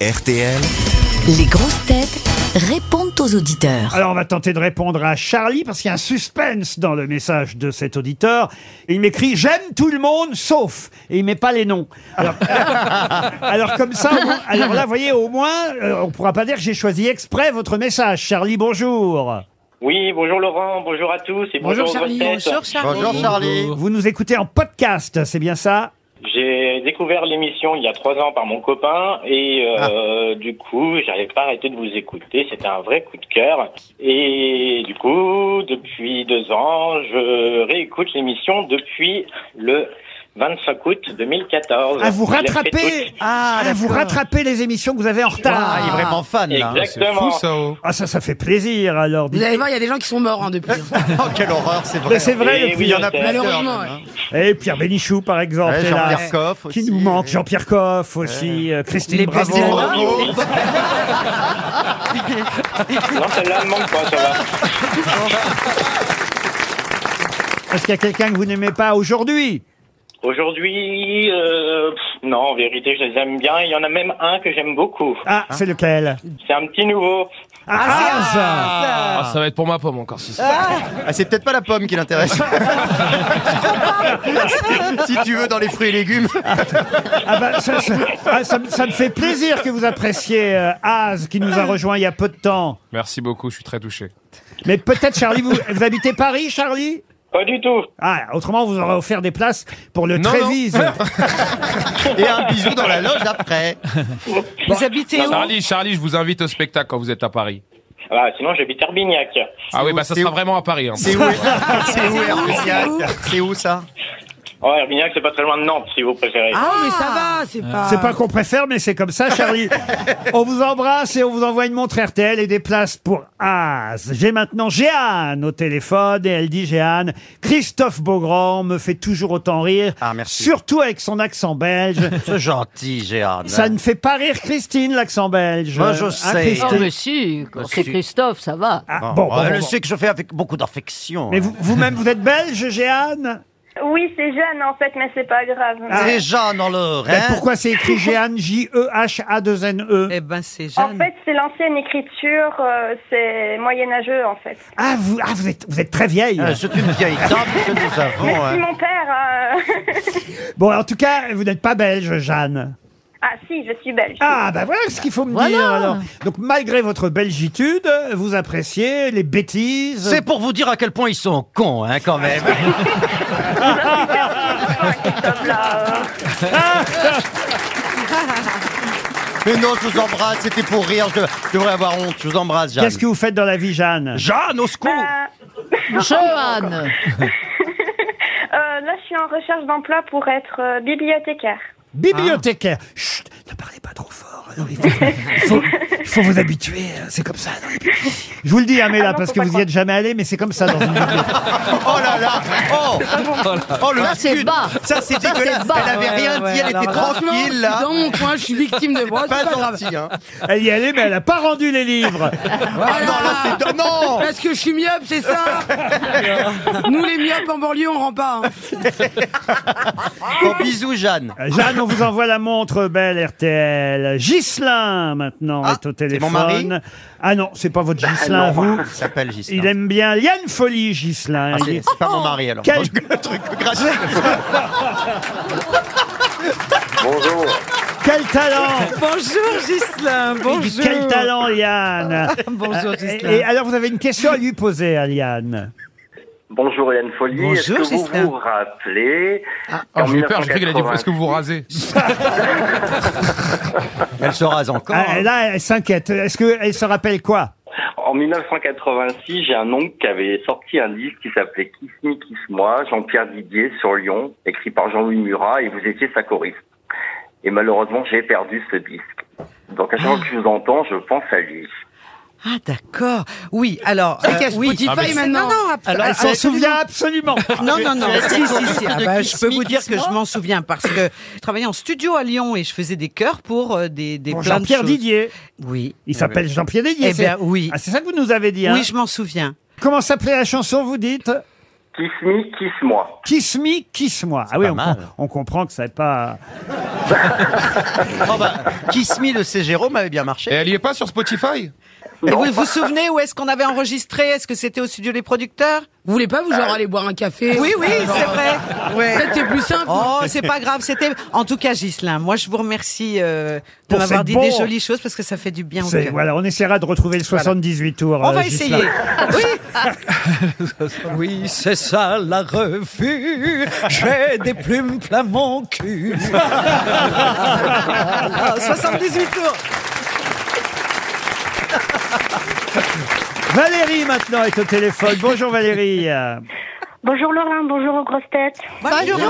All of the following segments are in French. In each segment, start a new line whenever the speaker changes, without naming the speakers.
RTL.
Les grosses têtes répondent aux auditeurs.
Alors, on va tenter de répondre à Charlie parce qu'il y a un suspense dans le message de cet auditeur. Il m'écrit J'aime tout le monde sauf. Et il met pas les noms. Alors, alors comme ça, au moins- alors là, vous voyez, au moins, euh, on pourra pas dire que j'ai choisi exprès votre message. Charlie, bonjour.
Oui, bonjour Laurent, bonjour à tous et bonjour, aux grosses têtes.
Bonjour Charlie.
Vous nous écoutez en podcast, c'est bien ça
J'ai découvert l'émission il y a trois ans par mon copain et euh, du coup, j'avais pas arrêté de vous écouter. C'était un vrai coup de cœur. Et du coup, depuis deux ans, je réécoute l'émission depuis le 25 août 2014.
À vous
Je l'ai Euh, fait
rattraper
toute-
Ah, vous rattraper les émissions que vous avez en retard.
Ah, il est vraiment fan là.
Exactement.
Ah, ça, ça fait plaisir alors.
Vous allez voir, il y a des gens qui sont morts hein, depuis.
Oh, quelle horreur, c'est vrai.
Mais c'est vrai,
Et
le
Eh oui,
Il y en a
c'est-
plusieurs.
Malheureusement,
même, hein.
Et Pierre Bénichou, par exemple,
Ouais,
est là.
Jean-Pierre Coff
Qui
aussi.
nous manque Jean-Pierre Coff aussi, euh, Christine
Oh,
Bravo.
Non, celle-là ne manque pas, ça va.
Est-ce qu'il y a quelqu'un que vous n'aimez pas aujourd'hui
Aujourd'hui, euh, pff, non, en vérité, je les aime bien. Il y en a même un que j'aime beaucoup.
Ah, c'est lequel
C'est un petit nouveau.
Ah, ah,
Ah, ça va être pour ma pomme encore si ça.
Ah, c'est peut-être pas la pomme qui l'intéresse. si tu veux, dans les fruits et légumes.
ah bah, ça, ça- ah, ça me- ça me fait plaisir que vous appréciez euh, Az qui nous a rejoint il y a peu de temps.
Merci beaucoup, je suis très touché.
Mais peut-être, Charlie, vous, vous habitez Paris, Charlie
Pas du tout.
Ah, autrement, vous aurez offert des places pour le
Non, non.
Trévise.
Et un bisou dans la loge après.
Vous habitez où
Charlie, Charlie, je vous invite au spectacle quand vous êtes à Paris.
Ah, sinon, j'habite Herbignac.
Ah oui,
où,
bah ça
c'est
sera
où
vraiment à Paris. hein.
C'est où C'est où, Herbignac C'est où ça
Oh, Herbignac, c'est pas très loin de Nantes, si vous préférez.
Ah, mais ça va, c'est pas.
C'est pas qu'on préfère, mais c'est comme ça, Charlie. on vous embrasse et on vous envoie une montre RTL et des places pour As. J'ai maintenant Jeanne au téléphone et elle dit Jeanne, Christophe Beaugrand me fait toujours autant rire,
Ah, merci.
surtout avec son accent belge.
C'est gentil, Gérard.
Ça ne fait pas rire Christine, l'accent belge.
Moi, je
Hein,
sais.
Christine
Oh, mais si, quand c'est
si.
Christophe, ça va.
Ah,
Oh,
bon, bon, bon, bon.
que je fais avec beaucoup d'affection.
Mais vous- vous-même, vous, êtes belge, Jeanne
Oui, c'est jeune en fait, mais c'est pas grave.
Ah.
C'est Jean Ah. dans le
Ben,
Rhin.
Pourquoi c'est écrit Jeanne E J-E-H-A-2-N-E
Eh ben, c'est
En fait, c'est l'ancienne écriture, euh, c'est moyenâgeux en fait.
Ah, vous, ah vous, êtes, vous êtes très vieille.
Euh, C'est une vieille dame que nous
Mais
Ah.
avons.
si
hein.
mon père. euh,
Bon, en tout cas, vous n'êtes pas belge, Jeanne.
ah si, je suis belge.
Ah, bah voilà ce qu'il faut me dire alors. Donc, malgré votre belgitude, vous appréciez les bêtises.
C'est pour vous dire à quel point ils sont cons, hein, quand même.
Christophe, là, euh,
Mais non, je vous embrasse, c'était pour rire. Je, je devrais avoir honte. Je vous embrasse, Jeanne.
Qu'est-ce que vous faites dans la vie, Jeanne
Jeanne, au secours
bah,
Johan
euh, là, je suis en recherche d'emploi pour être euh, bibliothécaire.
Bibliothécaire. Chut, ne parlez pas trop fort. Alors, il, faut, il faut- il faut vous habituer. hein, C'est comme ça. dans les bibliothèques. Je vous le dis, Améla,
Ah non,
parce
faut
que
pas
vous n'y
croire.
êtes jamais allé, mais c'est comme ça dans une bibliothèque.
Oh là là Oh, oh le
Ça, c'est
scud.
bas.
Ça, c'est dégueulasse
c'est bas.
Elle avait rien dit, elle était tranquille,
Je suis
là
Dans mon coin, je suis victime de moi,
Pas
c'est pas grave.
gentil, hein
Elle y est allée, mais elle n'a pas rendu les livres.
Ah non, là, c'est... do- Non
Parce que je suis myope, c'est ça Nous, les myopes en banlieue, on rend pas. hein.
Bon, bisous, Jeanne
Euh, Jeanne, on vous envoie la montre, belle RTL. Ghislain, maintenant,
Ah,
est au
c'est
téléphone.
mon mari Bah,
ah non, c'est pas votre Ghislain, vous.
Il s'appelle Ghislain.
Il aime bien. Il y a une folie, Ghislain.
Ah,
Il
c'est,
est-
c'est pas mon mari, alors.
Quel-
Le truc gracieux.
Bonjour.
Quel talent
Bonjour, Gislain
Quel talent, Liane Euh,
Bonjour, Ghislain.
Et alors, vous avez une question à lui poser, à Liane.
Bonjour, Hélène Folly.
Bonjour,
Est-ce que vous
Ghislain.
vous rappelez
Ah, j'ai eu peur, j'ai cru qu'elle allait dire est-ce que vous vous rasez
Elle se rase encore.
Ah,
hein.
là, elle s'inquiète. Est-ce qu'elle se rappelle quoi
En 1986, j'ai un oncle qui avait sorti un livre qui s'appelait Kiss Me, Kiss Moi, Jean-Pierre Didier sur Lyon, écrit par Jean-Louis Murat, et vous étiez sa choriste. Et malheureusement, j'ai perdu ce disque. Donc à chaque fois que je vous entends, je pense à lui.
Ah d'accord. Oui, alors
C'est qu'il y a
euh, oui.
Spotify
Ah, mais-
maintenant.
Non, non, abso-
Elle
ah,
s'en
ah,
souvient absolument.
Non, non, non.
Mais-
Si, si, si. Ah
de
bah,
Kiss
je peux
Me,
vous dire
Kiss
que je
Moi.
m'en souviens parce que je travaillais en studio à Lyon et je faisais des chœurs pour euh, des, des
Pour
plein de
Jean-Pierre
choses.
Didier.
Oui.
Il s'appelle Jean-Pierre Didier.
Eh
c'est-
bien, oui.
Ah, c'est ça que vous nous avez dit. hein
Oui, je m'en souviens.
Comment s'appelait la chanson, vous dites
Kiss me, kiss moi.
Kiss me, kiss moi. Ah oui,
pas
on,
mal.
com- on comprend que ça n'est pas.
Oh bah, Kiss Me de C. Jérôme avait bien
Et
marché. hein,
elle y est pas sur Spotify
Et vous vous vous souvenez où est-ce qu'on avait enregistré Est-ce que c'était au studio des producteurs Euh,
Vous voulez pas vous genre aller boire un café
Oui, oui, c'est vrai. Ouais.
Peut-être c'est plus simple.
Oh, c'est pas grave. C'était en tout cas Gislin. Moi, je vous remercie euh, de
Pour
m'avoir
cette
dit
bombe.
des jolies choses parce que ça fait du bien au
c'est-
cœur.
Voilà, on essaiera de retrouver le 78 tours. euh,
On va essayer. Oui.
Oui, c'est ça la revue. J'ai des plumes plein mon cul.
Ah, 78 tours.
Valérie maintenant est au téléphone. Bonjour Valérie. Euh,
Bonjour Laurent, bonjour aux grosses têtes.
Bonjour.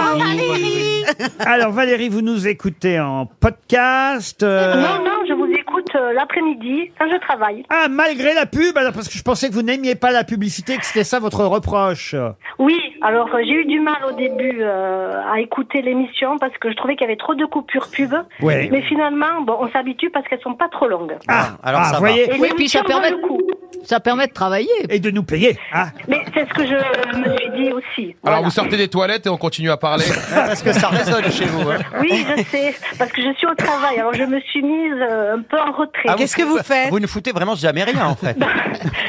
Alors Valérie, vous nous écoutez en podcast. euh,
Non, non, je vous écoute euh, l'après-midi quand je travaille.
Ah, malgré la pub, alors parce que je pensais que vous n'aimiez pas la publicité, que c'était ça votre reproche.
Oui, alors euh, j'ai eu du mal au début euh, à écouter l'émission parce que je trouvais qu'il y avait trop de coupures pub.
Ouais.
Mais finalement, bon, on s'habitue parce qu'elles sont pas trop longues.
Ah,
alors
ah,
ça
vous
va.
voyez,
Et
Oui, puis ça
l'émission vaut
permet-
le coup.
Ça permet de travailler.
et de nous payer. Ah,
Mais c'est ce que je me suis dit aussi.
Alors
Voilà.
vous sortez des toilettes et on continue à parler.
Parce que ça résonne chez vous. hein.
Oui, je sais, parce que je suis au travail. Alors je me suis mise euh, un peu en retrait.
Ah,
Qu'est-ce que vous faites
Vous ne foutez vraiment jamais rien en fait.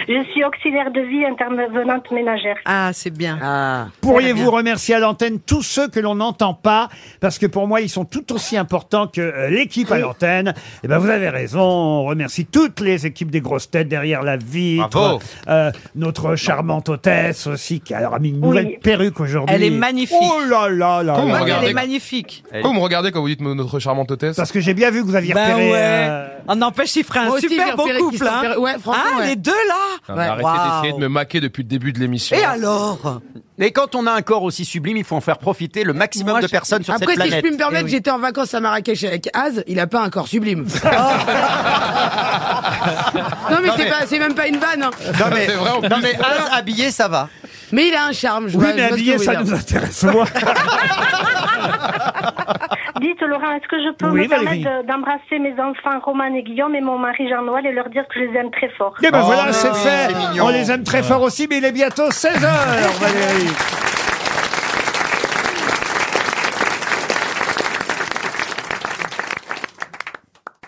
Je suis auxiliaire de vie intervenante ménagère.
Ah, c'est bien.
Pourriez-vous remercier à l'antenne tous ceux que l'on n'entend pas Parce que pour moi, ils sont tout aussi importants que euh, l'équipe à l'antenne. Eh ben, vous avez raison. On remercie toutes les équipes des grosses têtes derrière la vitre.
Bravo.
Euh, notre charmante hôtesse aussi, qui alors, a mis une nouvelle
Oui.
perruque aujourd'hui.
Elle est magnifique.
Oh là là là. là
Ouais,
Comment on
mais
là.
regarde
elle est
regardez.
magnifique.
Pourquoi vous me regardez quand vous dites notre charmante hôtesse
Parce que j'ai bien vu que vous aviez
Bah
Ben
repéré.
ouais.
euh,
On empêche, il ferait un
Moi aussi, j'ai
super beau
repéré qu'ils
couple.
sont
hein.
repérés. Ouais, franchement,
ah,
ouais.
les deux là.
Non, mais Arrêtez
Waouh.
d'essayer de me maquer depuis le début de l'émission.
Et alors
Et quand on a un corps aussi sublime, il faut en faire profiter le maximum
Moi,
de
je-
personnes sur
Après,
cette
si je
planète.
puis me permettre,
Eh oui.
j'étais en vacances à Marrakech avec Az, il a pas un corps sublime. non, mais c'est pas, c'est même pas une vanne. hein.
Non mais,
C'est vrai, en
non, mais un habillé, ça va.
Mais il a un charme, je
Oui,
vois- je vois
mais
ce que
habillé,
vous
ça
voulez
nous
dire.
intéresse moins.
Dites Laurent, est-ce que je peux
Oui,
me
Valérie.
permettre de- d'embrasser mes enfants Roman et Guillaume et mon mari Jean-Noël et leur dire que je les aime très fort
Eh ben
Oh,
voilà,
mais
c'est
oui,
fait.
c'est mignon.
On les aime très fort aussi, mais il est bientôt 16h, Valérie.